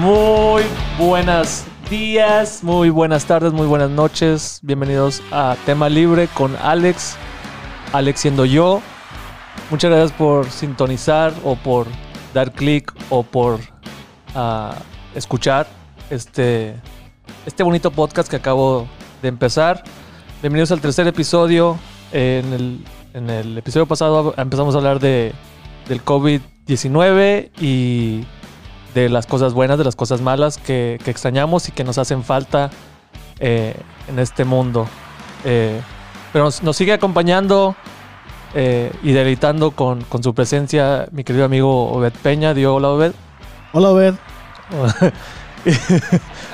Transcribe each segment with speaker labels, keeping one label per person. Speaker 1: Muy buenas días, muy buenas tardes, muy buenas noches. Bienvenidos a Tema Libre con Alex, Alex siendo yo. Muchas gracias por sintonizar o por dar clic o por ah, escuchar este, este bonito podcast que acabo de empezar. Bienvenidos al tercer episodio. En el, en el episodio pasado empezamos a hablar de, del COVID-19 y de las cosas buenas, de las cosas malas que, que extrañamos y que nos hacen falta eh, en este mundo. Eh, pero nos, nos sigue acompañando eh, y deleitando con, con su presencia mi querido amigo Obed Peña. Dio hola Obed.
Speaker 2: Hola, Obed.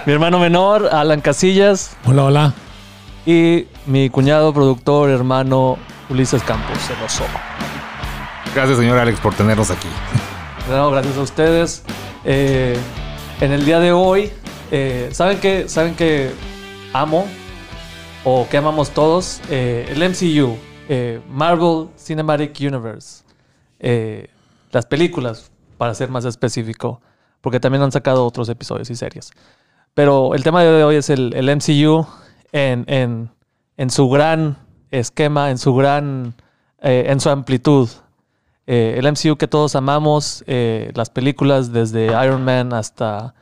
Speaker 1: mi hermano menor, Alan Casillas.
Speaker 2: Hola, hola.
Speaker 1: Y mi cuñado, productor, hermano Ulises Campos. Se los
Speaker 3: Gracias, señor Alex, por tenernos aquí.
Speaker 1: No, gracias a ustedes. Eh, en el día de hoy, eh, ¿saben que ¿Saben que amo? ¿O que amamos todos? Eh, el MCU, eh, Marvel Cinematic Universe. Eh, las películas, para ser más específico, porque también han sacado otros episodios y series. Pero el tema de hoy es el, el MCU en, en- en su gran esquema, en su gran, eh, en su amplitud. Eh, el MCU que todos amamos, eh, las películas desde Iron Man hasta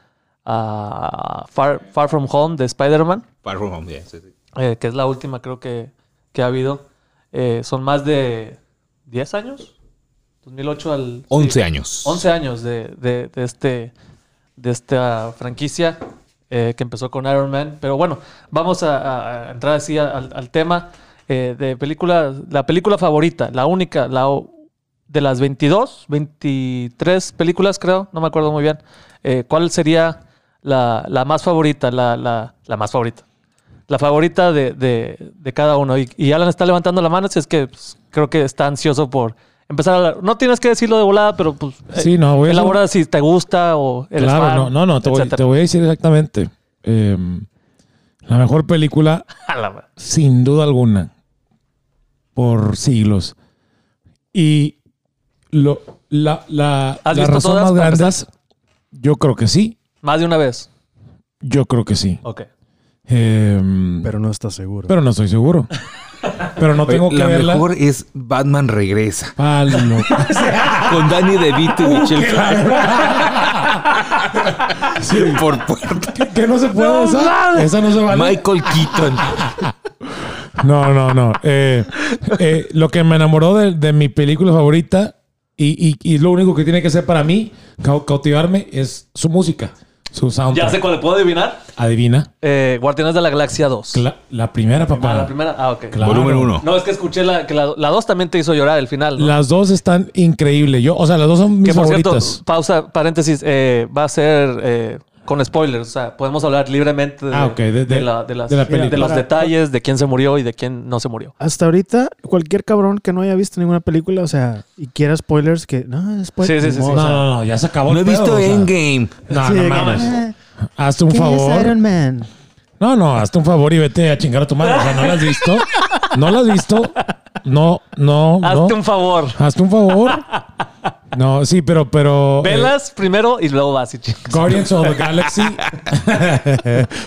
Speaker 1: ah, Far, Far From Home de Spider-Man,
Speaker 3: Far From Home, yeah, sí, sí.
Speaker 1: eh, que es la última creo que, que ha habido. Eh, son más de 10 años, 2008 al...
Speaker 3: 11
Speaker 1: sí,
Speaker 3: años.
Speaker 1: 11 años de, de- de este, de esta franquicia eh, que empezó con Iron Man. Pero bueno, vamos a- a, a entrar así a- al, al tema eh, de película, la película favorita, la única, la o- de las 22, 23 películas creo, no me acuerdo muy bien. Eh, ¿Cuál sería la, la más favorita, la, la- la más favorita? La favorita de, de- de cada uno. Y, y Alan está levantando la mano, así es que pues, creo que está ansioso por empezar a hablar. No tienes que decirlo de volada, pero pues... eh,
Speaker 2: Sí, no, voy a
Speaker 1: Elabora si te gusta o el
Speaker 2: Claro, no, no, no, te voy, te voy a decir exactamente. Eh, la mejor película, sin duda alguna, por siglos. Y lo, la, la,
Speaker 1: ¿Has
Speaker 2: la
Speaker 1: visto
Speaker 2: razón
Speaker 1: todas,
Speaker 2: más
Speaker 1: para
Speaker 2: grande es- yo creo que sí,
Speaker 1: Más de una vez.
Speaker 2: yo creo que sí.
Speaker 1: Ok.
Speaker 2: Eh,
Speaker 4: Pero no está seguro.
Speaker 2: pero no estoy seguro. Pero no tengo que
Speaker 3: la
Speaker 2: verla.
Speaker 3: mejor es Batman Regresa.
Speaker 2: Palo.
Speaker 3: Con Danny DeVito y Michelle Pfeiffer. Por puerta.
Speaker 2: ¿Qué, qué no se puede esa? Esa no se vale.
Speaker 3: Michael Keaton.
Speaker 2: No, no, no. Eh, eh, lo que me enamoró de, de mi película favorita y, y- y lo único que tiene que ser para mí cau- cautivarme es su música, su soundtrack.
Speaker 1: ¿Ya sé cuál le puedo adivinar?
Speaker 2: Adivina.
Speaker 1: Eh, Guardianes de la Galaxia 2.
Speaker 2: La, la primera, papá.
Speaker 1: Ah, la primera. Ah, ok.
Speaker 2: Claro.
Speaker 3: Volumen 1.
Speaker 1: No, es que escuché la, que la, la 2 también te hizo llorar el final. ¿no?
Speaker 2: Las dos están increíbles. Yo, o sea, las dos son mis
Speaker 1: que por
Speaker 2: favoritas.
Speaker 1: cierto, pausa, paréntesis, eh, va a ser eh, con spoilers. O sea, podemos hablar libremente de,
Speaker 2: Ah, ok, de- de-
Speaker 1: la- de las-
Speaker 2: de la
Speaker 1: de
Speaker 2: película.
Speaker 1: los
Speaker 4: Para-
Speaker 1: detalles, de quién se murió y de quién no se murió.
Speaker 4: Hasta ahorita, cualquier cabrón que no haya visto ninguna película, o sea, y quiera spoilers, que no, spoilers.
Speaker 1: Sí, sí, sí, sí.
Speaker 2: no, no, no, ya se acabó.
Speaker 3: No he
Speaker 2: el pedo,
Speaker 3: visto
Speaker 2: o sea.
Speaker 3: Endgame.
Speaker 2: No,
Speaker 4: Sí,
Speaker 2: no
Speaker 4: de-
Speaker 2: mames.
Speaker 4: Ah,
Speaker 2: Hazte un
Speaker 4: ¿quién es
Speaker 2: favor.
Speaker 4: Iron Man?
Speaker 2: No, no, hazte un favor y vete a chingar a tu madre. O sea, no la has visto. No la has visto. No, no, no.
Speaker 1: Hazte un favor.
Speaker 2: Hazte un favor. No, sí, pero, pero. eh,
Speaker 1: Velas primero y luego vas y chingas.
Speaker 2: Guardians of the Galaxy.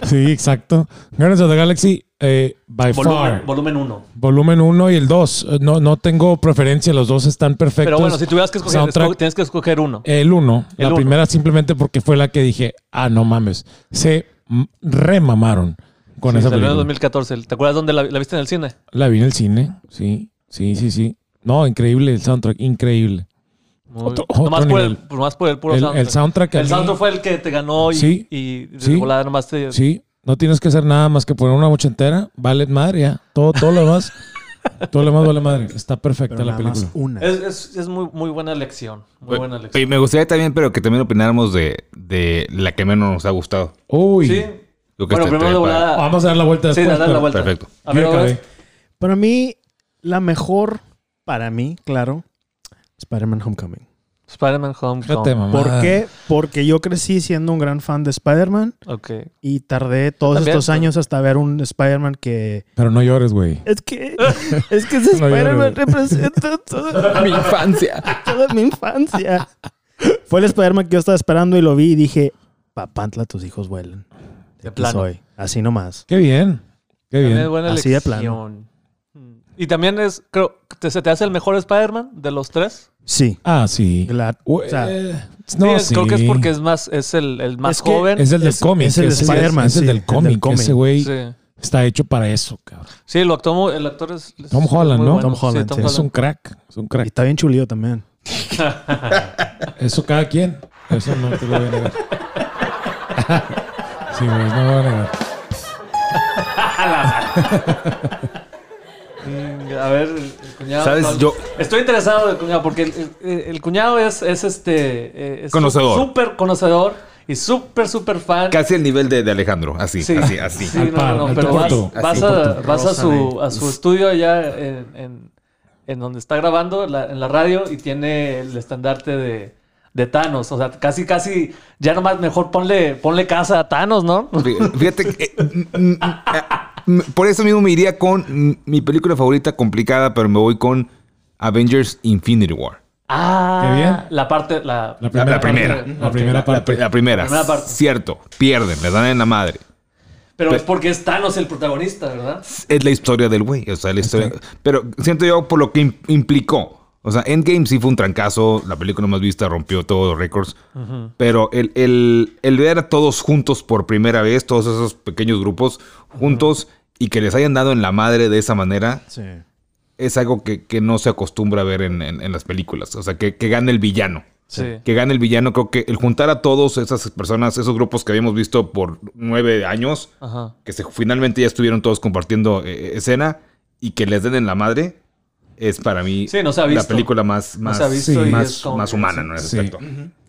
Speaker 2: sí, exacto. Guardians of the Galaxy, eh, by far.
Speaker 1: Volumen, volumen 1.
Speaker 2: Volumen 1 y el 2. No, no tengo preferencia, los dos están perfectos.
Speaker 1: Pero bueno, si tuvieras que escoger,
Speaker 2: Soundtrack, Eh,
Speaker 1: esco- tienes que escoger uno.
Speaker 2: el 1, la
Speaker 1: uno.
Speaker 2: primera simplemente porque fue la que dije, ah, no mames, se m- remamaron con
Speaker 1: Sí,
Speaker 2: esa
Speaker 1: salió en el
Speaker 2: película.
Speaker 1: 2014. ¿Te acuerdas dónde la, la viste en el cine?
Speaker 2: La vi en el cine, sí, sí, sí, sí. No, increíble el soundtrack, increíble.
Speaker 1: Muy-
Speaker 2: Otro- otro
Speaker 1: nomás, por el,
Speaker 2: nivel.
Speaker 1: nomás por el puro
Speaker 2: El,
Speaker 1: soundtrack.
Speaker 2: el soundtrack, a
Speaker 1: El
Speaker 2: mí-
Speaker 1: santo fue el que te ganó y,
Speaker 2: Sí.
Speaker 1: y de
Speaker 2: Sí.
Speaker 1: volada nomás te...
Speaker 2: Sí, no tienes que hacer nada más que poner una bocha entera, vale madre, ya. Todo, todo lo demás, todo lo demás vale madre. Está perfecta
Speaker 4: Pero
Speaker 2: la
Speaker 4: nada más
Speaker 2: película.
Speaker 4: una.
Speaker 1: Es, es- es muy, muy buena lección. Muy buena
Speaker 3: Y
Speaker 1: lección.
Speaker 3: me gustaría también, pero que también opináramos de, de la que menos nos ha gustado.
Speaker 2: Uy,
Speaker 1: Sí.
Speaker 3: Creo que
Speaker 1: Bueno,
Speaker 3: este
Speaker 1: primero
Speaker 3: te-
Speaker 1: de volada...
Speaker 2: vamos a dar la vuelta
Speaker 1: Sí, dale
Speaker 2: después.
Speaker 1: la
Speaker 2: pero-
Speaker 1: vuelta.
Speaker 3: perfecto.
Speaker 1: A ver,
Speaker 2: Yo
Speaker 1: ahora-
Speaker 2: acabé.
Speaker 4: Para mí, la mejor, para mí, claro, Spider-Man Homecoming.
Speaker 1: Spider-Man
Speaker 2: Fíjate,
Speaker 1: Homecoming.
Speaker 2: mamá.
Speaker 4: ¿Por qué? Porque yo crecí siendo un gran fan de Spider-Man
Speaker 1: Ok.
Speaker 4: y tardé todos
Speaker 1: También,
Speaker 4: estos
Speaker 1: pero-
Speaker 4: años hasta ver un Spider-Man que...
Speaker 2: Pero no llores, güey.
Speaker 4: Es que, es que ese
Speaker 2: No, yo no
Speaker 4: Spider-Man
Speaker 2: veo.
Speaker 4: representa todo.
Speaker 3: Mi infancia.
Speaker 4: toda mi infancia. Fue el Spider-Man que yo estaba esperando y lo vi y dije, Papantla, tus hijos vuelan.
Speaker 1: De
Speaker 4: Aquí
Speaker 1: plano.
Speaker 4: soy. Así nomás.
Speaker 2: Qué bien. Qué
Speaker 1: También es
Speaker 2: bien.
Speaker 1: buena
Speaker 4: Así de
Speaker 1: elección. Mm. Y también es, creo, ¿te- ¿se te hace el mejor Spider-Man de los tres?
Speaker 4: Sí.
Speaker 2: Ah, sí.
Speaker 4: La- o sea,
Speaker 2: Eh, no,
Speaker 1: es- Creo que es
Speaker 2: sí.
Speaker 1: porque es más, es el, el más
Speaker 4: Es que
Speaker 1: joven.
Speaker 2: Es el del
Speaker 4: Es-
Speaker 2: cómic.
Speaker 4: es el de
Speaker 2: ese
Speaker 4: Spider-Man,
Speaker 2: Es el
Speaker 4: sí,
Speaker 2: del
Speaker 4: el del
Speaker 2: cómic.
Speaker 4: cómic.
Speaker 2: Ese güey
Speaker 1: Sí.
Speaker 2: está hecho para eso, cabrón.
Speaker 1: Sí, lo actuó, el actor es... es
Speaker 2: Tom
Speaker 1: muy
Speaker 2: Holland, ¿no?
Speaker 1: bueno.
Speaker 4: Tom Holland,
Speaker 1: Sí,
Speaker 4: sí.
Speaker 2: Es un crack. Es un
Speaker 4: y
Speaker 2: crack.
Speaker 4: está bien chulido también.
Speaker 2: Eso cada quien. Eso no te lo voy a negar. sí, güey, no lo voy a negar.
Speaker 1: Mm, A ver, el cuñado...
Speaker 3: ¿Sabes?
Speaker 1: no,
Speaker 3: Yo-
Speaker 1: Estoy interesado del cuñado porque el, el- el cuñado es, es este... eh, es
Speaker 3: Conocedor.
Speaker 1: Súper conocedor y súper, súper fan.
Speaker 3: Casi al nivel de, de Alejandro. Así,
Speaker 1: Sí.
Speaker 3: así, así.
Speaker 1: Sí,
Speaker 2: Al
Speaker 1: no,
Speaker 2: par,
Speaker 1: no, no,
Speaker 2: al
Speaker 1: pero vas,
Speaker 2: topo.
Speaker 1: vas
Speaker 3: Así.
Speaker 1: a, vas a su,
Speaker 4: Rosa,
Speaker 1: a su estudio allá en, en- en donde está grabando, la- en la radio, y tiene el estandarte de, de Thanos. O sea, casi, casi, ya nomás mejor ponle, ponle casa a Thanos, ¿no?
Speaker 3: Fíjate que, eh, mm, mm, ah, mm, por eso mismo me iría con mm, mi película favorita complicada, pero me voy con Avengers Infinity War.
Speaker 1: Ah,
Speaker 2: Qué bien.
Speaker 1: La parte, la,
Speaker 2: La
Speaker 3: La,
Speaker 2: primera.
Speaker 3: la primera.
Speaker 1: parte.
Speaker 2: La primera
Speaker 3: La,
Speaker 2: parte.
Speaker 3: pri- la primera.
Speaker 1: La primera parte.
Speaker 3: Cierto. Pierden, le dan en la madre.
Speaker 1: pero
Speaker 3: pe-
Speaker 1: es porque es Thanos el protagonista, ¿verdad?
Speaker 3: Es la historia del güey. O sea, la historia. Pero siento yo por lo que im- implicó. O sea, Endgame sí fue un trancazo. La película más vista rompió todos los récords. Pero el, el, el ver a todos juntos por primera vez, todos esos pequeños grupos juntos y que les hayan dado en la madre de esa manera,
Speaker 4: Sí.
Speaker 3: es algo que, que no se acostumbra a ver en, en- en las películas. O sea, que, que gane el villano.
Speaker 1: Sí.
Speaker 3: Que gane el villano. Creo que el juntar a todos esas personas, esos grupos que habíamos visto por nueve años,
Speaker 1: Ajá.
Speaker 3: que se- finalmente ya estuvieron todos compartiendo eh, escena y que les den en la madre, es para mí
Speaker 1: Sí, no se ha
Speaker 3: la
Speaker 1: visto.
Speaker 3: película más,
Speaker 1: No
Speaker 3: más,
Speaker 1: se ha visto
Speaker 2: sí,
Speaker 1: y
Speaker 3: más,
Speaker 1: es como
Speaker 3: más
Speaker 1: que-
Speaker 3: humana, ¿no? En ese
Speaker 2: Sí.
Speaker 3: aspecto.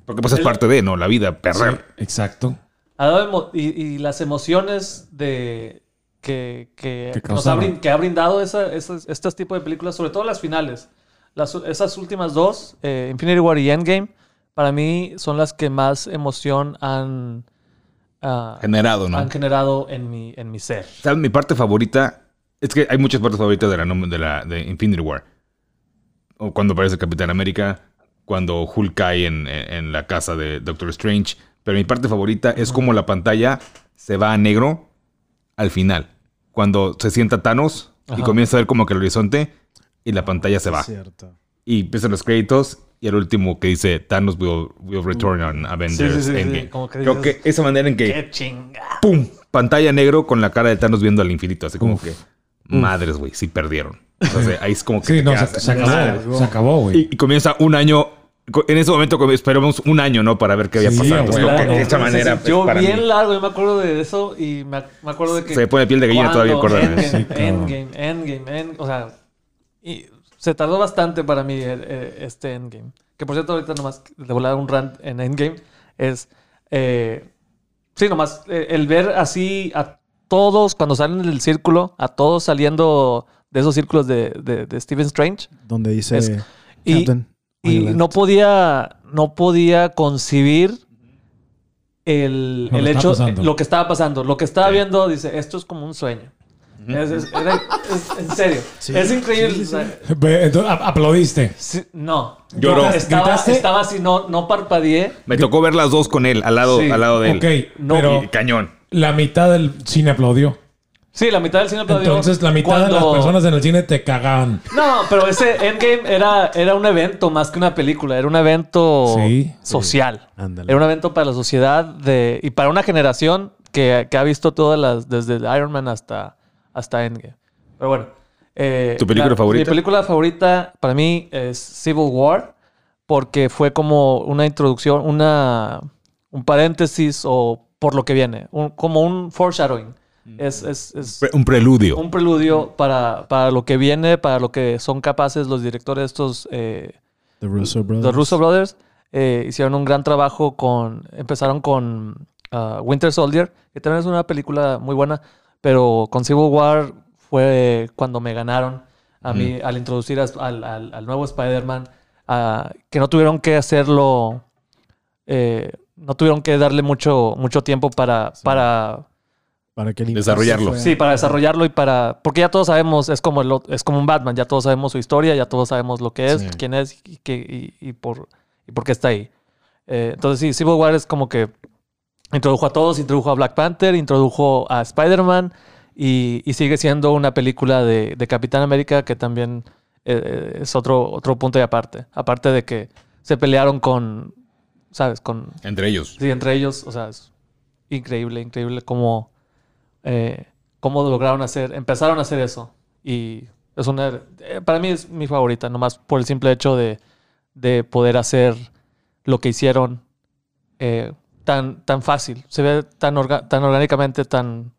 Speaker 3: Porque pues es
Speaker 1: El-
Speaker 3: parte de, ¿no? La vida, perder.
Speaker 2: Exacto.
Speaker 1: Ha dado emo- y, y las emociones de que, que,
Speaker 2: Que
Speaker 1: nos ha,
Speaker 2: causaron.
Speaker 1: brin- que ha brindado esa- esas- estos tipos de películas, sobre todo las finales. Las, u- esas últimas dos, eh, Infinity War y Endgame, para mí son las que más emoción han, ah,
Speaker 3: Generado, ¿no?
Speaker 1: han generado en mi, en mi ser.
Speaker 3: ¿Sabes? Mi parte favorita. Es que hay muchas partes favoritas de la, nom- de la de Infinity War. O cuando aparece el Capitán América, cuando Hulk cae en, en- en la casa de Doctor Strange. Pero mi parte favorita es como la pantalla se va a negro al final. Cuando se sienta Thanos y
Speaker 1: Ajá.
Speaker 3: comienza a ver como que el horizonte y la pantalla se va.
Speaker 4: Es cierto.
Speaker 3: Y empiezan los créditos y el último que dice Thanos will, will return on
Speaker 1: Mm.
Speaker 3: Avengers
Speaker 1: Sí, sí, sí, sí,
Speaker 3: Endgame.
Speaker 1: como que
Speaker 3: Creo
Speaker 1: dices,
Speaker 3: que esa manera en que...
Speaker 1: ¡Qué chinga!
Speaker 3: ¡Pum! Pantalla negro con la cara de Thanos viendo al infinito. Así como que, madres, güey, sí perdieron. Entonces, ahí es como que.
Speaker 2: Sí,
Speaker 3: te
Speaker 2: no, se,
Speaker 3: quedas,
Speaker 2: se
Speaker 3: madres.
Speaker 2: acabó. Se acabó, güey.
Speaker 3: Y, y comienza un año. co- En ese momento com- esperamos un año, ¿no? Para ver qué había
Speaker 2: Sí,
Speaker 3: pasado.
Speaker 2: güey,
Speaker 3: Entonces, creo que
Speaker 2: claro.
Speaker 3: de esta manera. pues,
Speaker 1: Entonces, yo
Speaker 3: para
Speaker 1: bien
Speaker 3: mí,
Speaker 1: largo, yo me acuerdo de eso y me, ac- me acuerdo de que...
Speaker 3: Se me pone piel de gallina todavía
Speaker 1: cuando
Speaker 3: acordarme.
Speaker 2: Sí,
Speaker 1: Endgame,
Speaker 2: claro.
Speaker 1: Endgame, Endgame, End- o sea, y se tardó bastante para mí eh, eh, este Endgame. Que por cierto, ahorita nomás de volar un rant en Endgame es... eh, sí, nomás eh, el ver así a todos cuando salen del círculo, a todos saliendo de esos círculos de, de, de Stephen Strange.
Speaker 4: Donde dice
Speaker 1: Es- y-
Speaker 4: Captain.
Speaker 1: Y
Speaker 4: Oye,
Speaker 1: no podía, no podía concibir el,
Speaker 2: Lo
Speaker 1: el
Speaker 2: que estaba
Speaker 1: hecho,
Speaker 2: pasando.
Speaker 1: lo que estaba pasando. Lo que estaba viendo, dice, esto es como un sueño. Es- es- era- es- en serio.
Speaker 4: Sí.
Speaker 1: es increíble.
Speaker 4: Sí, sí, sí.
Speaker 1: o sea,
Speaker 2: Ve, entonces, a- aplaudiste.
Speaker 1: sí, no.
Speaker 3: Lloró.
Speaker 1: Estaba,
Speaker 2: ¿Gritaste?
Speaker 1: estaba así, no, no parpadeé.
Speaker 3: Me tocó ver las dos con él, al lado,
Speaker 1: Sí.
Speaker 3: al lado de él.
Speaker 2: Ok,
Speaker 1: No,
Speaker 2: pero
Speaker 3: Y cañón.
Speaker 2: la mitad del cine aplaudió.
Speaker 1: Sí, la mitad del cine aplaudió.
Speaker 2: Entonces, la mitad de las
Speaker 1: cuando-
Speaker 2: personas en el cine te cagaban.
Speaker 1: No, pero ese Endgame era, era un evento más que una película. Era un evento
Speaker 2: Sí.
Speaker 1: social.
Speaker 4: Ándale.
Speaker 1: Era un evento para la sociedad de, y para una generación que, que ha visto todas las, desde Iron Man hasta, hasta Endgame. Pero bueno. eh,
Speaker 3: ¿Tu película
Speaker 1: la-
Speaker 3: favorita?
Speaker 1: Mi película favorita para mí es Civil War, porque fue como una introducción, una, un paréntesis o por lo que viene, un- como un foreshadowing.
Speaker 3: Mm.
Speaker 1: Es, es, es
Speaker 3: Pre- Un preludio.
Speaker 1: un preludio para, para lo que viene, para lo que son capaces los directores de estos eh,
Speaker 4: The Russo Brothers.
Speaker 1: los Russo Brothers eh, hicieron un gran trabajo con. Empezaron con ah, Winter Soldier, que también es una película muy buena, pero con Civil War fue cuando me ganaron a mí al introducir a- al, al- al nuevo Spider-Man, ah, que no tuvieron que hacerlo. eh, no tuvieron que darle mucho, mucho tiempo para, para
Speaker 4: Para que el impacto
Speaker 3: Desarrollarlo.
Speaker 4: fuera-
Speaker 1: Sí, para desarrollarlo y para. Porque ya todos sabemos, es como, el ot- es como un Batman, ya todos sabemos su historia, ya todos sabemos lo que es,
Speaker 4: Sí.
Speaker 1: quién es y, qué- y- y por, y por qué está ahí. Eh, entonces, sí, Civil War es como que Introdujo a todos, introdujo a Black Panther, introdujo a Spider-Man y, y sigue siendo una película de, de Capitán América que también eh, es otro, otro punto y aparte. Aparte de que se pelearon con, ¿sabes? Con,
Speaker 3: Entre ellos.
Speaker 1: sí, entre ellos, o sea, es increíble, increíble cómo, eh, cómo lograron hacer, empezaron a hacer eso. Y es una, eh, para mí es mi favorita, nomás por el simple hecho de, de poder hacer lo que hicieron eh, tan, tan fácil. Se ve tan, orga- tan orgánicamente, tan,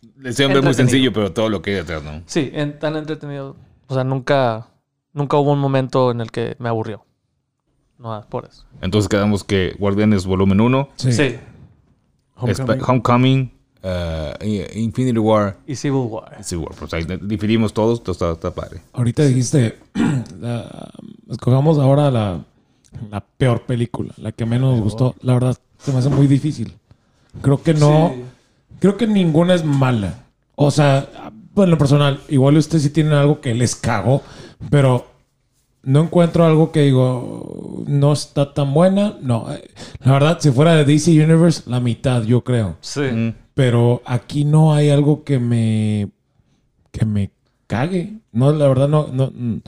Speaker 3: El hombre es muy
Speaker 1: Entretenido.
Speaker 3: sencillo, pero todo lo que hay detrás, ¿no?
Speaker 1: sí, en- tan entretenido. O sea, nunca, nunca hubo un momento en el que me aburrió. No, por eso.
Speaker 3: Entonces quedamos que Guardianes Volumen 1,
Speaker 2: Sí.
Speaker 1: sí.
Speaker 3: Homecoming, Homecoming eh, y- Infinity War.
Speaker 1: Y Civil War.
Speaker 3: Sí, War, pues ahí dividimos todos, entonces está, está padre.
Speaker 2: Ahorita dijiste, la- escogamos ahora la, la peor película, la que menos nos gustó. La verdad, se me hace muy difícil. Creo que no,
Speaker 1: Sí.
Speaker 2: creo que ninguna es mala. O sea, en lo personal, igual ustedes sí tienen algo que les cago, pero no encuentro algo que digo, no está tan buena. No, eh, la verdad, si fuera de DC Universe, la mitad, yo creo.
Speaker 1: Sí.
Speaker 3: Mm.
Speaker 2: Pero aquí no hay algo que me. que me cague. No, la verdad no. no mm.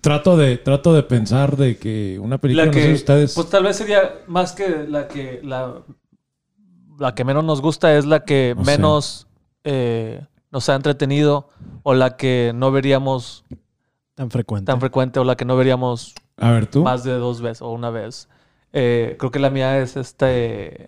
Speaker 2: trato de. Trato de pensar de que una película
Speaker 1: la
Speaker 2: no sé
Speaker 1: que
Speaker 2: ustedes.
Speaker 1: pues tal vez sería más que la que la, la que menos nos gusta es la que
Speaker 2: No sé.
Speaker 1: menos eh, nos ha entretenido o la que no veríamos
Speaker 4: Tan frecuente.
Speaker 1: tan frecuente o la que no veríamos
Speaker 2: a ver, tú.
Speaker 1: más de dos veces o una vez Eh, creo que la mía es este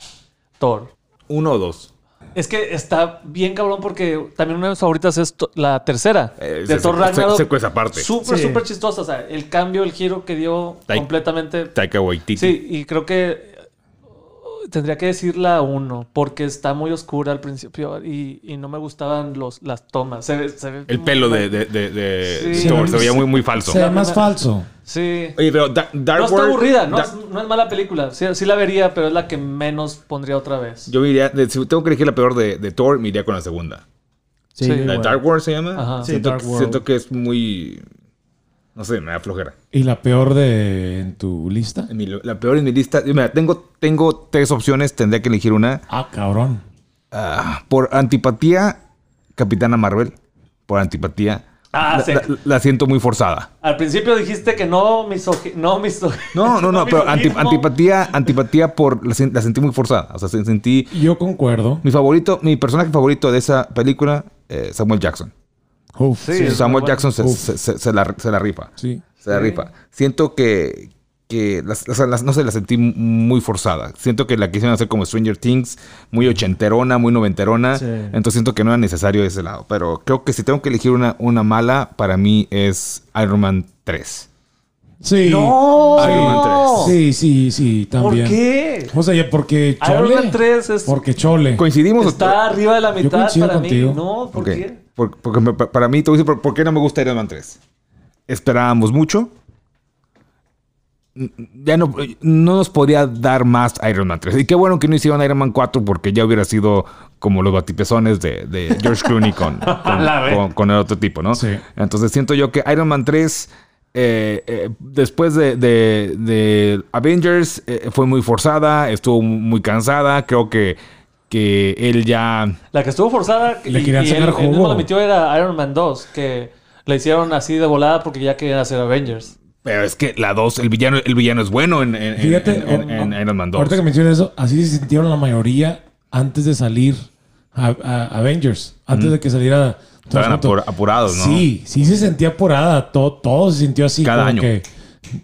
Speaker 1: Thor
Speaker 3: Uno o dos.
Speaker 1: es que está bien cabrón porque también una de mis favoritas es to- la tercera
Speaker 3: Eh,
Speaker 1: de
Speaker 3: se-
Speaker 1: Thor
Speaker 3: se-
Speaker 1: Ragnarok
Speaker 3: secuencia aparte.
Speaker 1: súper
Speaker 4: Sí.
Speaker 1: súper chistosa o sea el cambio el giro que dio
Speaker 3: Like-
Speaker 1: completamente
Speaker 3: Taika Waititi.
Speaker 1: Sí, y creo que eh, tendría que decir la 1, porque está muy oscura al principio y, y no me gustaban los, las tomas. Se ve- se ve
Speaker 3: El
Speaker 1: muy
Speaker 3: pelo de,
Speaker 1: mal.
Speaker 3: de, de, de
Speaker 1: Sí.
Speaker 3: Thor se veía muy, muy falso.
Speaker 2: Se ve
Speaker 1: No,
Speaker 2: más
Speaker 1: no.
Speaker 2: falso.
Speaker 1: Sí.
Speaker 3: Oye, pero Da- Dark
Speaker 1: No está
Speaker 3: World-
Speaker 1: aburrida, no,
Speaker 3: Da-
Speaker 1: es, no es mala película. Sí, sí la vería, pero es la que menos pondría otra vez.
Speaker 3: Yo diría, de- si tengo que elegir la peor de, de Thor, me iría con la segunda.
Speaker 4: Sí,
Speaker 1: Sí.
Speaker 4: yo
Speaker 3: ¿La
Speaker 4: igual.
Speaker 3: Dark World se llama?
Speaker 1: Ajá.
Speaker 4: Sí,
Speaker 3: siento,
Speaker 4: Dark World.
Speaker 3: siento que es muy. No sé, me da flojera.
Speaker 2: Y la peor de. en tu lista.
Speaker 3: En mi- la peor en mi lista. Mira, tengo, tengo tres opciones, tendría que elegir una.
Speaker 2: Ah, cabrón.
Speaker 3: Ah, por antipatía, Capitana Marvel. Por antipatía.
Speaker 1: Ah,
Speaker 3: la,
Speaker 1: sí.
Speaker 3: la- la siento muy forzada.
Speaker 1: Al principio dijiste que no misogi... No, miso-
Speaker 3: No, no, no, pero anti-
Speaker 1: misoginismo.
Speaker 3: antipatía, antipatía por. La, sen- la sentí muy forzada. O sea, sen- sentí.
Speaker 2: Yo concuerdo.
Speaker 3: Mi favorito, mi personaje favorito de esa película, eh, Samuel Jackson.
Speaker 2: Uf,
Speaker 1: Sí.
Speaker 2: sí.
Speaker 1: es muy
Speaker 3: Samuel
Speaker 1: bueno.
Speaker 3: Jackson se,
Speaker 2: Uf.
Speaker 3: se- se- se la, se la rifa.
Speaker 2: sí.
Speaker 3: Se la
Speaker 1: Sí.
Speaker 3: rifa. Siento que, que las, o sea, las- no sé, la sentí muy forzada. Siento que la quisieron hacer como Stranger Things, muy ochenterona, muy noventerona.
Speaker 4: Sí.
Speaker 3: Entonces siento que no era necesario de ese lado. Pero creo que si tengo que elegir una, una mala, para mí es Iron Man 3.
Speaker 2: Sí.
Speaker 1: ¡No!
Speaker 3: Iron Man
Speaker 2: Sí, sí, sí,
Speaker 1: ¿Por
Speaker 2: también.
Speaker 1: qué?
Speaker 2: O sea, ya porque
Speaker 1: Iron
Speaker 2: chole.
Speaker 1: Man 3 es-
Speaker 2: Porque chole.
Speaker 3: ¿Coincidimos? o-
Speaker 1: Está arriba de la mitad
Speaker 2: coincido
Speaker 1: para
Speaker 2: contigo.
Speaker 1: mí. No, ¿por
Speaker 3: Ok.
Speaker 1: qué?
Speaker 3: Por- porque me- pa- para mí, te voy a decir por, por qué no me gusta Iron Man 3. Esperábamos mucho. N- Ya no, no nos podía dar más Iron Man 3. Y qué bueno que no hicieron Iron Man 4 porque ya hubiera sido como los batipezones de, de George Clooney con, con,
Speaker 1: La ve.
Speaker 3: con- con el otro tipo, ¿no?
Speaker 2: Sí.
Speaker 3: Entonces siento yo que Iron Man 3, eh, eh, después de, de- de Avengers, eh, fue muy forzada, estuvo muy cansada. Creo que, que él ya...
Speaker 1: La que estuvo forzada
Speaker 2: Le
Speaker 1: y-
Speaker 2: querían
Speaker 1: y
Speaker 2: sacar
Speaker 1: él, él mismo
Speaker 2: jugo.
Speaker 1: lo admitió era Iron Man 2, que la hicieron así de volada porque ya querían hacer Avengers.
Speaker 3: Pero es que la 2, el villano, el villano es bueno en, en- en-
Speaker 2: Fíjate,
Speaker 3: en- en-
Speaker 2: o-
Speaker 3: en Iron Man 2.
Speaker 2: Ahorita que mencionas eso, así se sintieron la mayoría antes de salir a, a- Avengers, antes de que saliera. todos
Speaker 3: Estaban
Speaker 2: juntos.
Speaker 3: apur- apurados, ¿no?
Speaker 2: Sí, sí se sentía apurada. Todo, todo se sintió así.
Speaker 3: Cada
Speaker 2: como
Speaker 3: año.
Speaker 2: Que,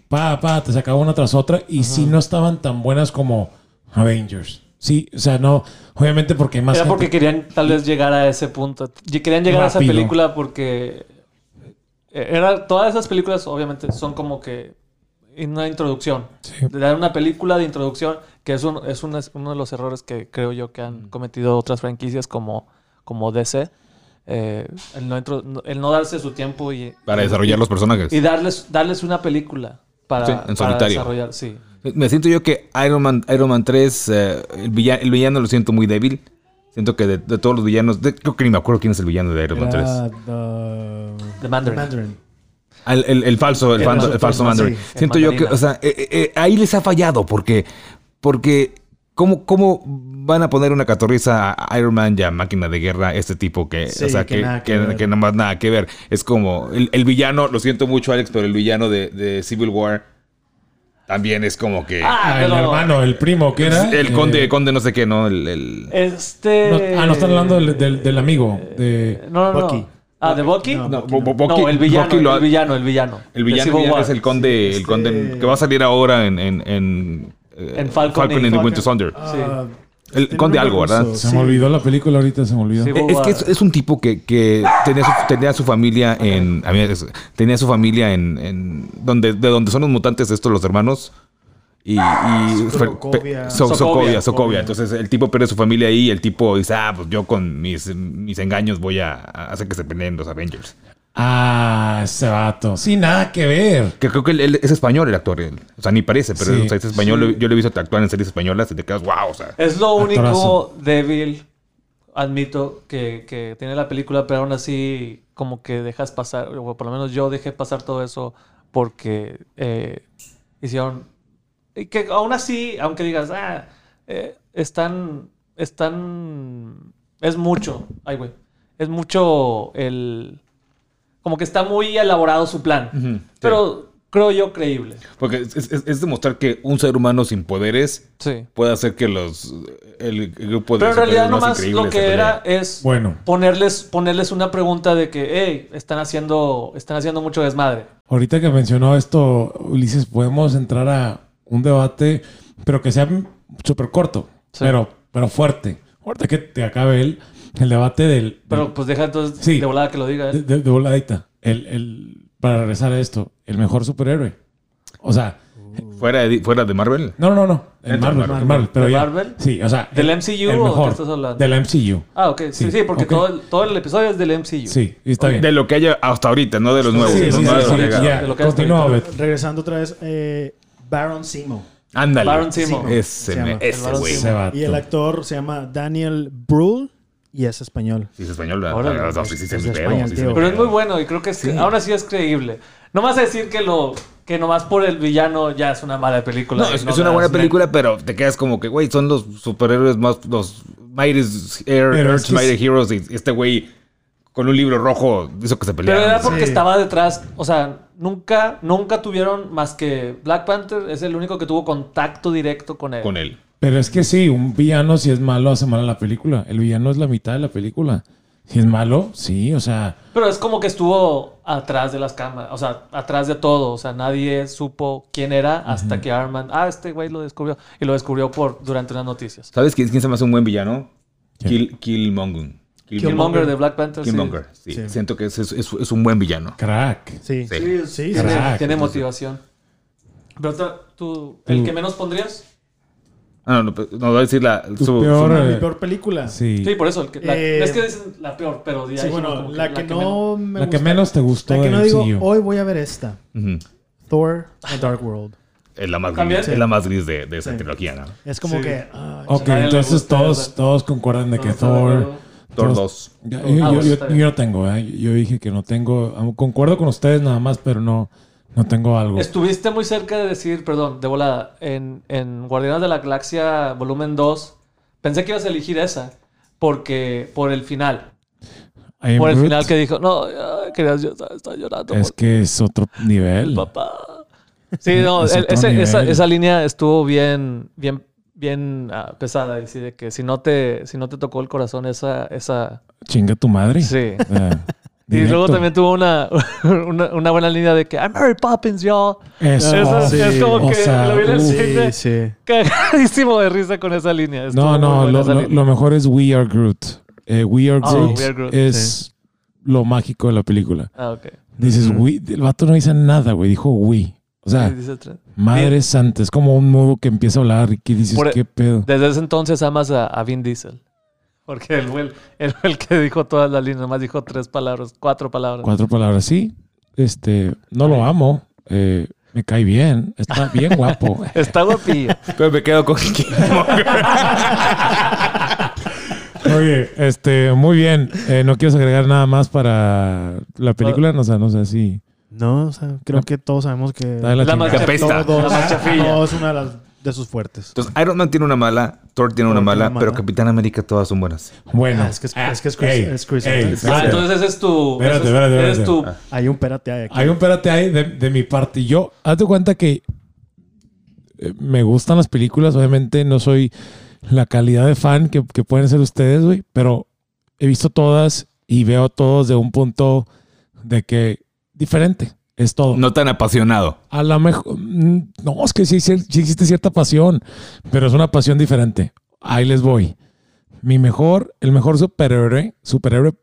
Speaker 2: pa, pa, te sacaba una tras otra. Y sí no estaban tan buenas como Avengers. Sí, o sea, no. Obviamente porque hay más.
Speaker 1: Era
Speaker 2: gente.
Speaker 1: porque querían tal vez llegar a ese punto. Y Querían llegar a esa
Speaker 2: Rápido.
Speaker 1: película porque eh, era todas esas películas obviamente son como que una introducción.
Speaker 2: Sí.
Speaker 1: De dar una película de introducción, que es, un- es un- es uno de los errores que creo yo que han cometido otras franquicias como, como DC. eh, el, no intro- no- el no darse su tiempo y,
Speaker 3: Para desarrollar los personajes.
Speaker 1: Y darles, darles una película para,
Speaker 3: Pues Sí, en
Speaker 1: para
Speaker 3: solitario.
Speaker 1: desarrollar, sí.
Speaker 3: Me siento yo que Iron Man, Iron Man 3, eh, el, villano, el villano lo siento muy débil. Siento que de, de todos los villanos, de- creo que ni me acuerdo quién es el villano de Iron Man 3.
Speaker 2: Ah,
Speaker 4: Era the-
Speaker 1: The Mandarin.
Speaker 3: Ah, El, el- el falso, el,
Speaker 4: El
Speaker 3: falso,
Speaker 4: falso,
Speaker 3: el falso
Speaker 4: sí,
Speaker 3: Mandarin.
Speaker 4: el
Speaker 3: Siento yo que,
Speaker 1: mandarina.
Speaker 3: o sea, eh, eh, eh, ahí les ha fallado porque, porque ¿Cómo, ¿Cómo van a poner una catorriza a Iron Man ya máquina de guerra este tipo que,
Speaker 4: Sí,
Speaker 3: o sea,
Speaker 4: que
Speaker 3: que,
Speaker 4: nada que
Speaker 3: que-
Speaker 4: ver.
Speaker 3: que nada más nada que ver? Es como el, el villano, lo siento mucho Alex, pero el villano de, de Civil War también es como que
Speaker 2: Ah, el
Speaker 1: pero-
Speaker 2: hermano, el primo, ¿qué era?
Speaker 3: el conde,
Speaker 2: Eh,
Speaker 3: conde no sé qué, ¿no? El, el-
Speaker 1: Este.
Speaker 2: no- ah, no están hablando del, del- del amigo. De,
Speaker 1: No, no, no.
Speaker 4: Bucky.
Speaker 1: Ah, ¿de Bucky?
Speaker 4: No,
Speaker 3: no,
Speaker 1: No,
Speaker 3: Bo- Bo- Bucky-
Speaker 1: el villano.
Speaker 3: Bucky lo ha-
Speaker 1: el villano, el villano.
Speaker 3: El
Speaker 1: De Civil
Speaker 3: villano, villano
Speaker 1: War. este
Speaker 3: es el conde, el conde que va a salir ahora en, en, en, eh,
Speaker 1: En Falcon y-
Speaker 3: and the Winter Soldier.
Speaker 4: Falcon. Ah,
Speaker 3: El
Speaker 4: este,
Speaker 3: conde
Speaker 4: no me
Speaker 3: algo,
Speaker 4: acuerdo.
Speaker 3: ¿verdad?
Speaker 2: se
Speaker 4: Sí.
Speaker 2: me olvidó la película ahorita, se me olvidó.
Speaker 1: Sí,
Speaker 3: Eh, Es que es, es un tipo que, que tenía, su, tenía su familia en. a mí es- tenía su familia en. en donde, de donde son los mutantes estos, los hermanos. Y. y fue-
Speaker 4: Sokovia.
Speaker 3: pe- So- Sokovia,
Speaker 1: Sokovia.
Speaker 3: Sokovia. Entonces el tipo pierde su familia ahí y el tipo dice, ah, pues yo con mis, mis engaños voy a, a hacer que se peleen los Avengers.
Speaker 2: Ah, ese vato. Sin nada que ver.
Speaker 3: Que creo que él, él es español el actor. él. O sea, ni parece, pero
Speaker 2: Sí,
Speaker 3: o sea, es español. Lo- Yo lo he visto actuar en series españolas y te quedas, wow, o sea.
Speaker 1: Es lo
Speaker 2: Actorazo.
Speaker 1: único débil, admito, que, que tiene la película, pero aún así como que dejas pasar, o por lo menos yo dejé pasar todo eso porque eh, hicieron... Y que aún así, aunque digas, ah, eh, están, están... Es mucho, ay güey, es mucho el... Como que está muy elaborado su plan,
Speaker 3: Ujú, sí.
Speaker 1: pero creo yo creíble.
Speaker 3: Porque es, es- es demostrar que un ser humano sin poderes
Speaker 1: Sí.
Speaker 3: puede hacer que los el grupo de
Speaker 1: Pero en realidad
Speaker 3: superhéroes más
Speaker 1: nomás lo
Speaker 3: increíbles se
Speaker 1: que
Speaker 3: peleen.
Speaker 1: era es...
Speaker 2: Bueno,
Speaker 1: ponerles, ponerles una pregunta de que, hey, están haciendo, están haciendo mucho desmadre.
Speaker 2: ahorita que mencionó esto, Ulises, podemos entrar a un debate, pero que sea súper corto,
Speaker 1: Sí.
Speaker 2: pero, pero fuerte. Ahorita que te acabe el, el debate del,
Speaker 1: Pero pues deja entonces
Speaker 2: Sí.
Speaker 1: de volada que lo diga
Speaker 2: De,
Speaker 1: él.
Speaker 2: de- de voladita. El, el- para regresar a esto, el mejor superhéroe. O sea,
Speaker 3: fuera de, fuera de Marvel.
Speaker 2: no, no, no. El
Speaker 3: Dentro de
Speaker 2: Marvel,
Speaker 3: Marvel.
Speaker 2: el Marvel, pero
Speaker 1: ¿De
Speaker 2: ya.
Speaker 1: Marvel?
Speaker 2: Sí, o sea.
Speaker 1: ¿Del
Speaker 2: el-
Speaker 1: MCU
Speaker 2: el
Speaker 1: o de qué
Speaker 2: mejor,
Speaker 1: estás hablando?
Speaker 2: Del MCU.
Speaker 1: Ah, ok. Sí,
Speaker 2: Sí,
Speaker 1: sí, porque
Speaker 2: ok.
Speaker 1: Todo, el, todo el episodio es del MCU.
Speaker 2: Sí, y está bien.
Speaker 3: De lo que haya hasta ahorita, no de los nuevos.
Speaker 2: Sí, sí,
Speaker 3: los
Speaker 2: sí,
Speaker 3: nuevos
Speaker 2: sí,
Speaker 3: agregados.
Speaker 2: ya,
Speaker 1: De lo que has
Speaker 2: Continúa,
Speaker 1: visto.
Speaker 2: Beth.
Speaker 4: Regresando otra vez, eh, Baron Simo.
Speaker 3: Ándale.
Speaker 1: Baron Simo.
Speaker 3: Ese,
Speaker 4: Se llama.
Speaker 3: me- ese
Speaker 1: El Baron
Speaker 3: güey.
Speaker 1: Simo.
Speaker 2: Ese Este vato.
Speaker 4: Y el actor se llama Daniel Brühl y es español.
Speaker 3: Sí, es español.
Speaker 1: Órale.
Speaker 3: ¿verdad? Ah, No, sí, sí, sí,
Speaker 4: Es
Speaker 3: mi
Speaker 4: de
Speaker 3: pedo,
Speaker 4: España,
Speaker 3: sí, sí,
Speaker 4: tío.
Speaker 3: mi
Speaker 1: Pero es
Speaker 3: pedo.
Speaker 1: muy bueno y creo que es- aún así es creíble. No vas a decir que lo que nomás por el villano ya es una mala película.
Speaker 3: No,
Speaker 1: Y
Speaker 3: es, es una
Speaker 1: nada,
Speaker 3: buena
Speaker 1: es
Speaker 3: película, pero te quedas como que, güey, son los superhéroes más. Los Mightiest
Speaker 2: Pero
Speaker 3: Air,
Speaker 2: es
Speaker 3: Earth's
Speaker 2: que es-
Speaker 3: Mighty Heroes. Y este güey con un libro rojo hizo que se
Speaker 1: Pero
Speaker 3: pelearan.
Speaker 1: era porque
Speaker 4: Sí.
Speaker 1: estaba detrás, o sea, nunca, nunca tuvieron más que Black Panther es el único que tuvo contacto directo con él.
Speaker 3: con él.
Speaker 2: Pero es que sí, un villano si es malo hace mal a la película. El villano es la mitad de la película. Si es malo, sí, o sea.
Speaker 1: Pero es como que estuvo atrás de las cámaras, o sea, atrás de todo, o sea, nadie supo quién era hasta que Arman, ah, este güey lo descubrió y lo descubrió por durante unas noticias.
Speaker 3: ¿Sabes quién, quién se me hace un buen villano?
Speaker 2: ¿Quién?
Speaker 3: Kill, Killmonger.
Speaker 1: Killmonger de Black Panther. sí.
Speaker 3: Killmonger, sí.
Speaker 4: Sí.
Speaker 3: Siento que es, es- es- es un buen villano.
Speaker 2: Crack.
Speaker 3: Sí.
Speaker 4: Sí. Sí, sí.
Speaker 1: Tiene,
Speaker 2: Crack.
Speaker 1: tiene motivación. Pero otra- tú, el
Speaker 2: Tú.
Speaker 1: que menos pondrías?
Speaker 3: Ah, no, no, no, voy a decir la.
Speaker 2: Tu
Speaker 3: su-
Speaker 2: peor,
Speaker 3: su-
Speaker 4: Mi
Speaker 2: eh,
Speaker 4: peor película.
Speaker 2: Sí.
Speaker 1: Sí, por eso. el que- la-
Speaker 4: Eh,
Speaker 1: es que dicen la peor, pero de
Speaker 4: Sí,
Speaker 1: ahí
Speaker 4: bueno,
Speaker 1: como que
Speaker 4: la que
Speaker 1: menos.
Speaker 4: no me
Speaker 2: la que
Speaker 4: gusta-
Speaker 2: menos te gustó
Speaker 4: La que
Speaker 2: del E
Speaker 4: no digo,
Speaker 2: MCU.
Speaker 4: hoy voy a ver esta.
Speaker 3: Ujú.
Speaker 4: Thor, The Dark World.
Speaker 3: Es la más
Speaker 1: También.
Speaker 3: gris, es la más gris de, de esa
Speaker 4: Sí.
Speaker 3: trilogía, ¿no?
Speaker 4: Es como
Speaker 1: Sí.
Speaker 4: que... ah,
Speaker 2: Ok,
Speaker 1: nadie le
Speaker 2: entonces
Speaker 1: gusta,
Speaker 2: todos,
Speaker 1: ¿verdad?
Speaker 2: todos concuerdan de que
Speaker 1: Todos están de
Speaker 2: Thor.
Speaker 1: acuerdo.
Speaker 3: Thor
Speaker 2: todos-
Speaker 3: 2.
Speaker 2: Ya,
Speaker 1: Ah,
Speaker 2: yo, yo-
Speaker 1: bueno,
Speaker 2: yo-
Speaker 1: está bien.
Speaker 2: yo no tengo, ¿eh? yo dije que no tengo. am- Concuerdo con ustedes nada más, pero no, no tengo algo.
Speaker 1: Estuviste muy cerca de decir, perdón, de volada, en, en Guardianes de la Galaxia volumen 2, pensé que ibas a elegir esa, porque por el final.
Speaker 2: I am
Speaker 1: Por el
Speaker 2: Groot
Speaker 1: final que dijo, no, ay, querías yo estaba llorando
Speaker 2: Es
Speaker 1: por
Speaker 2: que es otro
Speaker 1: el
Speaker 2: nivel.
Speaker 1: papá. Sí, no,
Speaker 2: Es
Speaker 1: el-
Speaker 2: otro
Speaker 1: ese-
Speaker 2: nivel.
Speaker 1: esa, esa línea estuvo bien, bien, bien ah, pesada. Y sí, de que si no te, si no te tocó el corazón, esa, esa.
Speaker 2: Chinga tu madre.
Speaker 1: Sí.
Speaker 2: O sea,
Speaker 1: Y
Speaker 2: directo.
Speaker 1: luego también tuvo una, una, una buena línea de que I'm Mary Poppins, y'all.
Speaker 2: Eso,
Speaker 1: Eso
Speaker 4: sí.
Speaker 1: es como
Speaker 2: o
Speaker 1: que
Speaker 2: sea,
Speaker 1: lo vi en el
Speaker 2: uh,
Speaker 1: cine.
Speaker 4: Sí, sí.
Speaker 1: Cagadísimo de risa con esa línea. Estuvo
Speaker 2: No,
Speaker 1: muy
Speaker 2: no,
Speaker 1: buena
Speaker 2: lo,
Speaker 1: esa
Speaker 2: lo-
Speaker 1: línea.
Speaker 2: lo mejor es We Are Groot. Eh, we, are
Speaker 1: Ah,
Speaker 2: Groot
Speaker 1: We Are Groot,
Speaker 2: es lo mágico de la película.
Speaker 1: Ah, ok.
Speaker 2: Dices, we, el vato no dice nada, güey. Dijo we. O sea,
Speaker 1: Sí, dice otra.
Speaker 2: madre santa. Es como un mudo que empieza a hablar y que dices,
Speaker 1: Por- e-
Speaker 2: ¿qué pedo?
Speaker 1: Desde ese entonces amas a, a Vin Diesel. Porque él fue el, él fue el que dijo todas las líneas, más dijo tres palabras, cuatro palabras.
Speaker 2: Cuatro palabras, sí. Este, no lo amo. eh, me cae bien. Está bien guapo.
Speaker 1: Está guapillo.
Speaker 3: Pero me quedo con Killmonger.
Speaker 2: Oye, este, muy bien. Eh, no quieres agregar nada más para la
Speaker 1: Ah.
Speaker 2: película. No, o sea, no sé si.
Speaker 4: No, o sea, creo que todos sabemos que...
Speaker 2: Dale la
Speaker 1: La
Speaker 2: chingada.
Speaker 1: más
Speaker 3: apesta.
Speaker 4: Todos-
Speaker 1: La más chafilla.
Speaker 4: No, es una de las, de sus fuertes.
Speaker 3: Entonces, Iron Man tiene una mala, Thor tiene una
Speaker 4: Thor tiene
Speaker 3: mala,
Speaker 4: una
Speaker 3: pero
Speaker 4: mala.
Speaker 3: Capitán América todas son buenas.
Speaker 2: Bueno.
Speaker 4: Ah, es que es- es que es Chris-
Speaker 2: ey,
Speaker 4: es Chris
Speaker 2: ey,
Speaker 4: Evans.
Speaker 1: Ah,
Speaker 2: espérate.
Speaker 1: entonces ese es tu.
Speaker 2: Espérate,
Speaker 1: ese es-
Speaker 2: espérate,
Speaker 1: eres
Speaker 2: espérate. Ah.
Speaker 1: tu.
Speaker 4: Hay un espérate ahí aquí.
Speaker 2: Hay un pérate ahí de, de mi parte. Yo, hazte cuenta que eh, me gustan las películas. Obviamente no soy la calidad de fan que, que pueden ser ustedes, güey. Pero he visto todas y veo todos de un punto de que diferente. Es todo.
Speaker 3: No tan apasionado.
Speaker 2: A lo mejor... mm, No, es que sí, sí- sí existe cierta pasión, pero es una pasión diferente. Ahí les voy. Mi mejor, el mejor superhéroe, superhéroe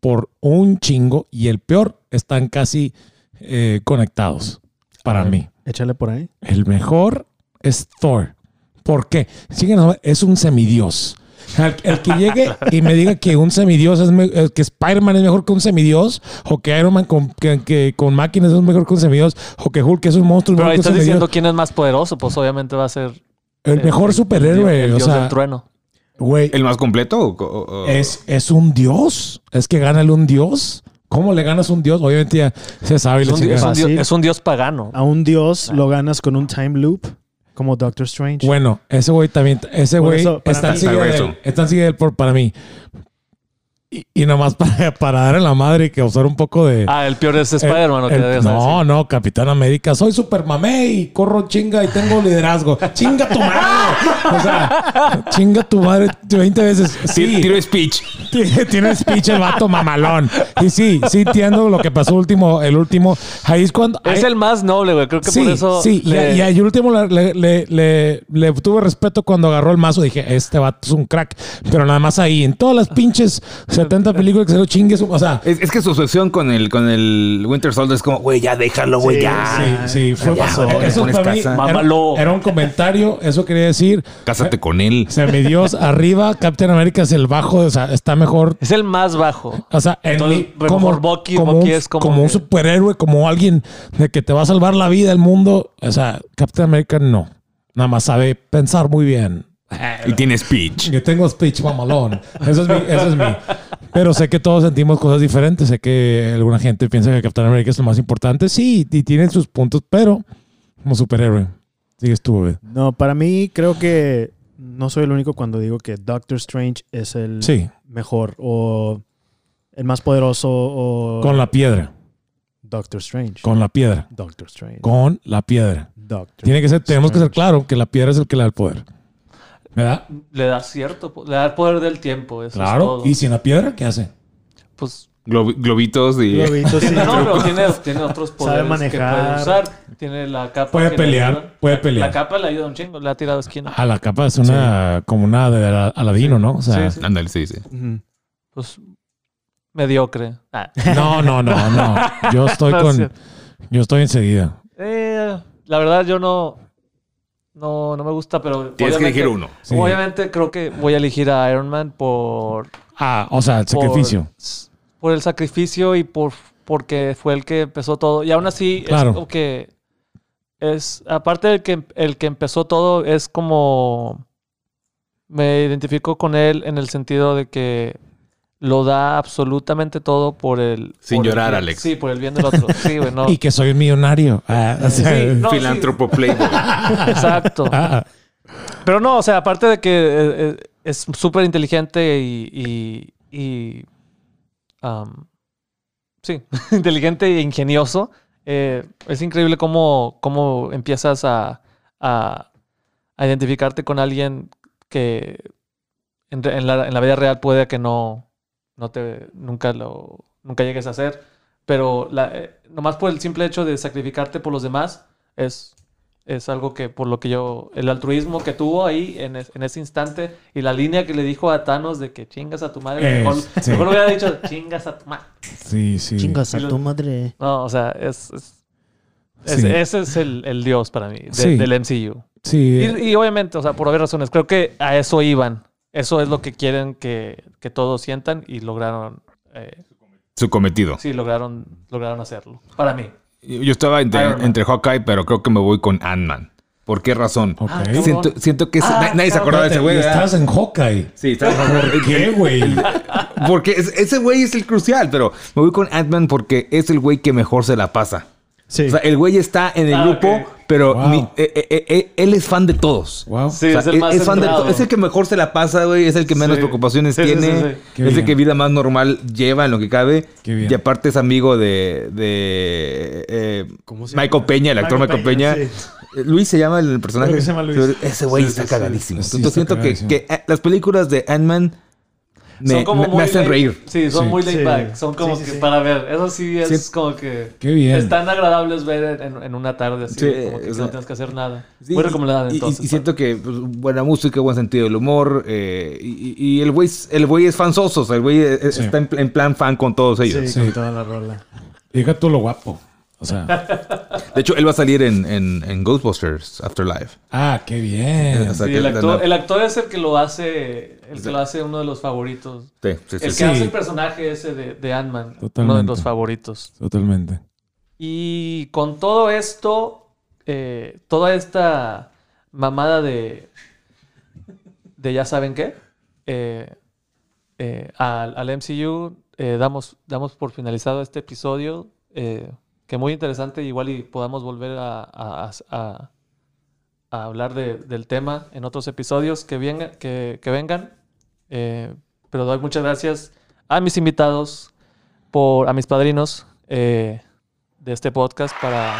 Speaker 2: por un chingo y el peor están casi eh, conectados para mí.
Speaker 4: Échale por ahí.
Speaker 2: El mejor es Thor. ¿Por qué? Síguenos, es un semidios. Al- El, que llegue y me diga que un semidios es me- eh, que Spider-Man es mejor que un semidios, o que Iron Man con, que, que con máquinas es mejor que un semidios, o que Hulk es un monstruo es
Speaker 1: Pero
Speaker 2: mejor
Speaker 1: ahí
Speaker 2: que un
Speaker 1: estás
Speaker 2: semidios.
Speaker 1: diciendo quién es más poderoso, pues obviamente va a ser.
Speaker 2: el mejor superhéroe,
Speaker 1: el
Speaker 2: o
Speaker 1: dios
Speaker 2: sea,
Speaker 1: del trueno.
Speaker 2: güey,
Speaker 3: ¿El más completo? o- o- o-
Speaker 2: es, es un dios. Es que gánale un dios. ¿Cómo le ganas un dios? Obviamente ya se sabe. y
Speaker 1: Es
Speaker 2: la
Speaker 1: un, dios, es
Speaker 2: chingada.
Speaker 1: un dios-
Speaker 4: Fácil.
Speaker 1: es un dios
Speaker 2: Ah,
Speaker 1: pagano.
Speaker 4: A un dios
Speaker 1: Ah.
Speaker 4: lo ganas con un time loop como Doctor Strange.
Speaker 2: Bueno, ese güey también, ese
Speaker 4: Por
Speaker 2: güey
Speaker 4: eso, para
Speaker 2: está
Speaker 4: mí-
Speaker 2: en sigue
Speaker 3: Está
Speaker 2: de
Speaker 3: grueso.
Speaker 2: él, está en sigue de él por, para mí. Y, y nomás para, para darle la madre y causar un poco de...
Speaker 1: Ah, el peor es
Speaker 2: el-
Speaker 1: Spider-Man. ¿o qué
Speaker 2: el-
Speaker 1: debes decir?
Speaker 2: no, no, Capitán América. Soy supermamé y corro chinga y tengo liderazgo. ¡Chinga tu madre! O sea, chinga tu madre 20 veces.
Speaker 3: Ti-
Speaker 2: Sí,
Speaker 3: Tiro speech.
Speaker 2: tiene- Tiene speech el vato mamalón. Y sí, sí entiendo lo que pasó último, el último. Ahí es cuando...
Speaker 1: Es
Speaker 2: ahí-
Speaker 1: el más noble, güey. Creo que
Speaker 2: Sí,
Speaker 1: por eso.
Speaker 2: sí. y a-
Speaker 1: le-
Speaker 2: Y, al último le, le- le- le- le tuve respeto cuando agarró el mazo. Dije, este vato es un crack. Pero nada más ahí, en todas las pinches 70 películas que se lo chingue. su- O sea,
Speaker 3: Es, es que su obsesión con el, con el Winter Soldier es como, güey, ya déjalo, güey,
Speaker 4: Sí,
Speaker 3: ya.
Speaker 2: sí, sí. Fue,
Speaker 3: ya,
Speaker 2: eso
Speaker 3: güey, pones
Speaker 2: para mí
Speaker 3: casa.
Speaker 2: era,
Speaker 1: Mámalo.
Speaker 2: era un comentario. Eso quería decir.
Speaker 3: Cásate con él.
Speaker 2: Se me dios arriba. Captain America es el bajo. O sea, está mejor.
Speaker 1: Es el más bajo.
Speaker 2: O sea, en
Speaker 1: Entonces,
Speaker 2: mi-
Speaker 1: mejor Bucky,
Speaker 2: como
Speaker 1: Bucky
Speaker 2: un,
Speaker 1: es como
Speaker 2: como un
Speaker 1: que-
Speaker 2: superhéroe, como alguien de que te va a salvar la vida, el mundo. O sea, Captain America no. Nada más sabe pensar muy bien.
Speaker 3: Y tiene speech.
Speaker 2: Yo tengo speech mamalón. Eso es mi, eso es mi. Pero sé que todos sentimos cosas diferentes. Sé que alguna gente piensa que Capitán América es lo más importante. Sí, y tiene sus puntos, pero como superhéroe. Sigues tú, güey.
Speaker 4: No, para mí creo que no soy el único cuando digo que Doctor Strange es el
Speaker 2: Sí,
Speaker 4: mejor o el más poderoso o
Speaker 2: con la piedra.
Speaker 4: Doctor Strange.
Speaker 2: Con la piedra.
Speaker 4: Doctor Strange.
Speaker 2: Con la piedra.
Speaker 4: Doctor.
Speaker 2: Tiene que ser, tenemos que ser claro que la piedra es el que le da el poder. ¿Verdad?
Speaker 1: Le da cierto. po- Le da el poder del tiempo. Eso Es
Speaker 2: Claro.
Speaker 1: todo.
Speaker 2: Y sin la piedra, ¿qué hace?
Speaker 1: Pues.
Speaker 3: Glo- globitos y...
Speaker 4: Lo vi, entonces,
Speaker 1: Tiene, no, pero tiene, tiene otros poderes
Speaker 4: Sabe manejar.
Speaker 1: que puede usar. Tiene la capa.
Speaker 2: Puede
Speaker 1: que le
Speaker 2: pelear,
Speaker 1: ayuda.
Speaker 2: puede
Speaker 1: La-
Speaker 2: pelear.
Speaker 1: La capa le ayuda un chingo. Le ha tirado esquina.
Speaker 2: A la capa es una como una de Ala- Aladino, ¿no? O sea,
Speaker 1: Sí, sí.
Speaker 3: Ándale, sí, sí.
Speaker 4: Ujú.
Speaker 1: Pues. Mediocre. Ah.
Speaker 2: no, no, no, no. Yo estoy
Speaker 1: No es
Speaker 2: con.
Speaker 1: cierto.
Speaker 2: Yo estoy enseguida.
Speaker 1: Eh, la verdad, yo no. No, no me gusta, pero.
Speaker 3: Tienes que
Speaker 1: obviamente-
Speaker 3: elegir uno.
Speaker 2: Sí.
Speaker 1: Obviamente, creo que voy a elegir a Iron Man por.
Speaker 2: Ah, o sea, el
Speaker 1: por-
Speaker 2: sacrificio.
Speaker 1: Por el sacrificio y por porque fue el que empezó todo. Y aún así,
Speaker 2: Claro.
Speaker 1: es como que. Es, aparte del que el que empezó todo, es como. Me identifico con él en el sentido de que lo da absolutamente todo por el.
Speaker 3: Sin
Speaker 1: por el
Speaker 3: llorar,
Speaker 1: bien-
Speaker 3: Alex.
Speaker 1: Sí, por el bien del otro. Sí, güey, no.
Speaker 2: Y que soy un millonario. Ah, o sea,
Speaker 1: Sí, no, sí.
Speaker 3: Filántropo Playboy.
Speaker 1: Exacto.
Speaker 2: ah,
Speaker 1: Pero no, o sea, aparte de que eh, eh, es súper inteligente y. y, y, um, am, sí, inteligente e ingenioso. eh, es increíble cómo, cómo empiezas a, a- a identificarte con alguien que en, re- en la, en la vida real puede que no, no te nunca lo nunca llegues a hacer. Pero la, eh, nomás por el simple hecho de sacrificarte por los demás es es algo que por lo que yo, el altruismo que tuvo ahí en, es- en ese instante y la línea que le dijo a Thanos de que chingas a tu madre,
Speaker 2: Es,
Speaker 1: mejor,
Speaker 2: sí.
Speaker 1: mejor hubiera dicho chingas a tu madre.
Speaker 2: sí, sí.
Speaker 4: Chingas
Speaker 1: Sí,
Speaker 4: a
Speaker 1: lo-
Speaker 4: tu madre.
Speaker 1: No, o sea, es, es- es-
Speaker 2: Sí.
Speaker 1: ese es el, el dios para mí de-
Speaker 2: Sí.
Speaker 1: del MCU.
Speaker 2: Sí,
Speaker 1: Y, y obviamente, o sea, por haber razones, creo que a eso iban. Eso es lo que quieren que, que todos sientan y lograron, eh,
Speaker 3: Su cometido.
Speaker 1: sí, lograron, lograron hacerlo. Para mí.
Speaker 3: Yo estaba
Speaker 1: Iron
Speaker 3: entre,
Speaker 1: Man.
Speaker 3: entre Hawkeye, pero creo que me voy con Ant-Man. ¿Por qué razón?
Speaker 2: ok.
Speaker 1: Ah, cabrón.
Speaker 3: Siento, siento que... es-
Speaker 1: Ah,
Speaker 3: na- nadie
Speaker 1: cabrón.
Speaker 3: se acordaba de ese güey,
Speaker 2: Y
Speaker 3: ¿verdad?
Speaker 2: Estás en Hawkeye.
Speaker 3: Sí, está
Speaker 2: ¿Qué, güey?
Speaker 3: Porque es- ese güey es el crucial, pero me voy con Ant-Man porque es el güey que mejor se la pasa.
Speaker 4: Sí.
Speaker 3: O sea, el güey está en el
Speaker 1: Ah,
Speaker 3: grupo,
Speaker 1: ok.
Speaker 3: Pero
Speaker 2: Wow.
Speaker 3: mi- eh, eh, eh, eh, él es fan de todos.
Speaker 2: Wow.
Speaker 1: Sí,
Speaker 3: O sea,
Speaker 1: es el más
Speaker 3: fan de
Speaker 1: centrado.
Speaker 3: to- es el que mejor se la pasa, güey. Es el que menos
Speaker 1: Sí.
Speaker 3: preocupaciones
Speaker 1: Sí, sí,
Speaker 3: tiene.
Speaker 1: sí, sí.
Speaker 2: Qué
Speaker 3: Es el
Speaker 2: bien.
Speaker 3: que vida más normal lleva en lo que cabe.
Speaker 2: Qué bien.
Speaker 3: Y aparte es amigo de, de eh,
Speaker 4: ¿Cómo se
Speaker 3: Michael
Speaker 4: llama?
Speaker 3: Peña, el actor
Speaker 4: Michael
Speaker 3: Michael Peña. Eh,
Speaker 4: Peña,
Speaker 3: Luis se llama el personaje.
Speaker 4: Creo que se llama Luis.
Speaker 3: Ese güey
Speaker 1: Sí,
Speaker 3: está
Speaker 1: sí, sí.
Speaker 3: cagadísimo.
Speaker 2: Sí,
Speaker 3: Entonces
Speaker 2: está
Speaker 3: siento que,
Speaker 2: cagadísimo.
Speaker 3: que, eh, las películas de Ant-Man me, me- me hacen
Speaker 1: laid-
Speaker 3: reír.
Speaker 1: Sí, son
Speaker 2: Sí.
Speaker 1: muy laid
Speaker 4: Sí.
Speaker 1: back. Son como
Speaker 4: Sí, sí,
Speaker 1: que
Speaker 4: sí.
Speaker 1: para ver. Eso sí es
Speaker 3: Sí.
Speaker 1: como que.
Speaker 2: Qué bien.
Speaker 1: Están agradables ver en, en una tarde así.
Speaker 3: Sí,
Speaker 1: como que,
Speaker 3: o sea,
Speaker 1: no tienes que hacer nada.
Speaker 3: Sí,
Speaker 1: muy
Speaker 3: y-
Speaker 1: recomendada
Speaker 3: y- y-
Speaker 1: entonces.
Speaker 3: Y, siento que pues, buena música, buen sentido del humor. eh, y, y- y el güey es- el güey es fanzoso. O sea, el güey eh,
Speaker 2: Sí.
Speaker 3: está en, en plan fan con todos
Speaker 4: Sí,
Speaker 3: ellos.
Speaker 4: sí, con
Speaker 2: Sí.
Speaker 4: toda la rola.
Speaker 2: Deja tú lo guapo. O sea,
Speaker 3: De hecho, él va a salir en, en- en Ghostbusters Afterlife.
Speaker 2: ah, qué bien.
Speaker 3: O sea,
Speaker 1: Eh, Sí,
Speaker 3: que
Speaker 1: el,
Speaker 3: la-
Speaker 1: actor,
Speaker 3: la-
Speaker 1: el actor es el que lo hace. El que lo hace uno de los favoritos.
Speaker 3: sí, sí, sí,
Speaker 1: El que
Speaker 3: sí.
Speaker 1: hace el personaje ese de, de Ant-Man. Uno de
Speaker 2: Totalmente.
Speaker 1: los favoritos.
Speaker 2: Totalmente.
Speaker 1: Y con todo esto, eh, toda esta mamada de, de ya saben qué, eh, eh, al, al MCU eh, damos, damos por finalizado este episodio, eh, que muy interesante, igual y podamos volver a, a- a- a hablar de- del tema en otros episodios que, venga- que, que vengan. Eh, pero doy muchas gracias a mis invitados, por, a mis padrinos. eh, de este podcast para.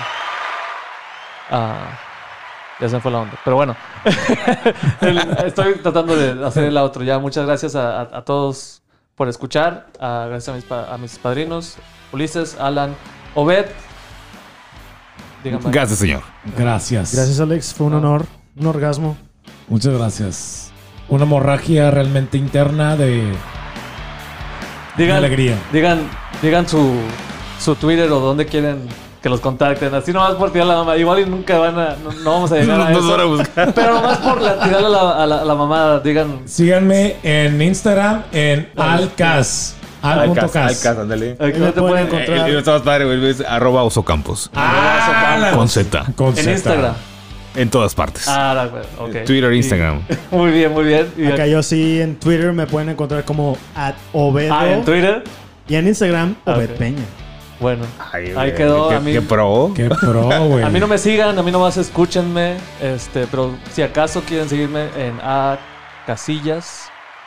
Speaker 1: ah, ya se me fue la onda. Pero bueno, El- estoy tratando de hacer el otro. Ya, muchas gracias a, a- a todos por escuchar. Ah, gracias a mis, pa- a mis padrinos: Ulises, Alan, Obed. Díganme.
Speaker 3: Gracias, señor.
Speaker 2: Gracias.
Speaker 4: Gracias, Alex. Fue un
Speaker 1: No.
Speaker 4: honor, un orgasmo.
Speaker 2: Muchas gracias. Una hemorragia realmente interna de
Speaker 1: Digan,
Speaker 2: alegría.
Speaker 1: Digan, digan su, su Twitter o donde quieren que los contacten. Así nomás por tirar la mamá. Igual y nunca van a. No, no vamos a llegar a
Speaker 3: Nos van a
Speaker 1: eso.
Speaker 3: buscar.
Speaker 1: Pero nomás por la, tirarle a la, a la- a la mamada. Digan.
Speaker 2: Síganme en Instagram en alcas.
Speaker 3: Alcas,
Speaker 2: Al.cas.
Speaker 3: Alcas, ándale. Eh,
Speaker 1: ¿Dónde
Speaker 4: me
Speaker 1: eh, te pueden
Speaker 4: pueden
Speaker 3: El,
Speaker 1: encontrar?
Speaker 3: el- está más padre, güey, es arroba Oso Campos.
Speaker 2: Ah, la-
Speaker 3: Con Z.
Speaker 2: con
Speaker 1: En
Speaker 2: Z.
Speaker 1: Instagram.
Speaker 3: En todas partes.
Speaker 1: Ah, la web, ok.
Speaker 3: Twitter,
Speaker 1: Y-
Speaker 3: Instagram.
Speaker 1: muy bien, muy bien. Y-
Speaker 4: Acá yo sí en Twitter me pueden encontrar como at Obedo
Speaker 1: ah, en Twitter.
Speaker 4: y en Instagram
Speaker 1: Ah,
Speaker 4: Obed
Speaker 1: ok.
Speaker 4: Peña.
Speaker 1: Bueno,
Speaker 3: Ay,
Speaker 1: ahí
Speaker 3: güey,
Speaker 1: quedó.
Speaker 3: qué-
Speaker 1: a, mí,
Speaker 3: qué pro.
Speaker 2: Qué pro, güey.
Speaker 1: a mí no me sigan, a mí nomás escúchenme. Este, pero si acaso quieren seguirme en A Casillas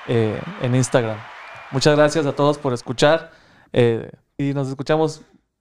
Speaker 1: eh, en Instagram. Muchas gracias a todos por escuchar. eh, y nos escuchamos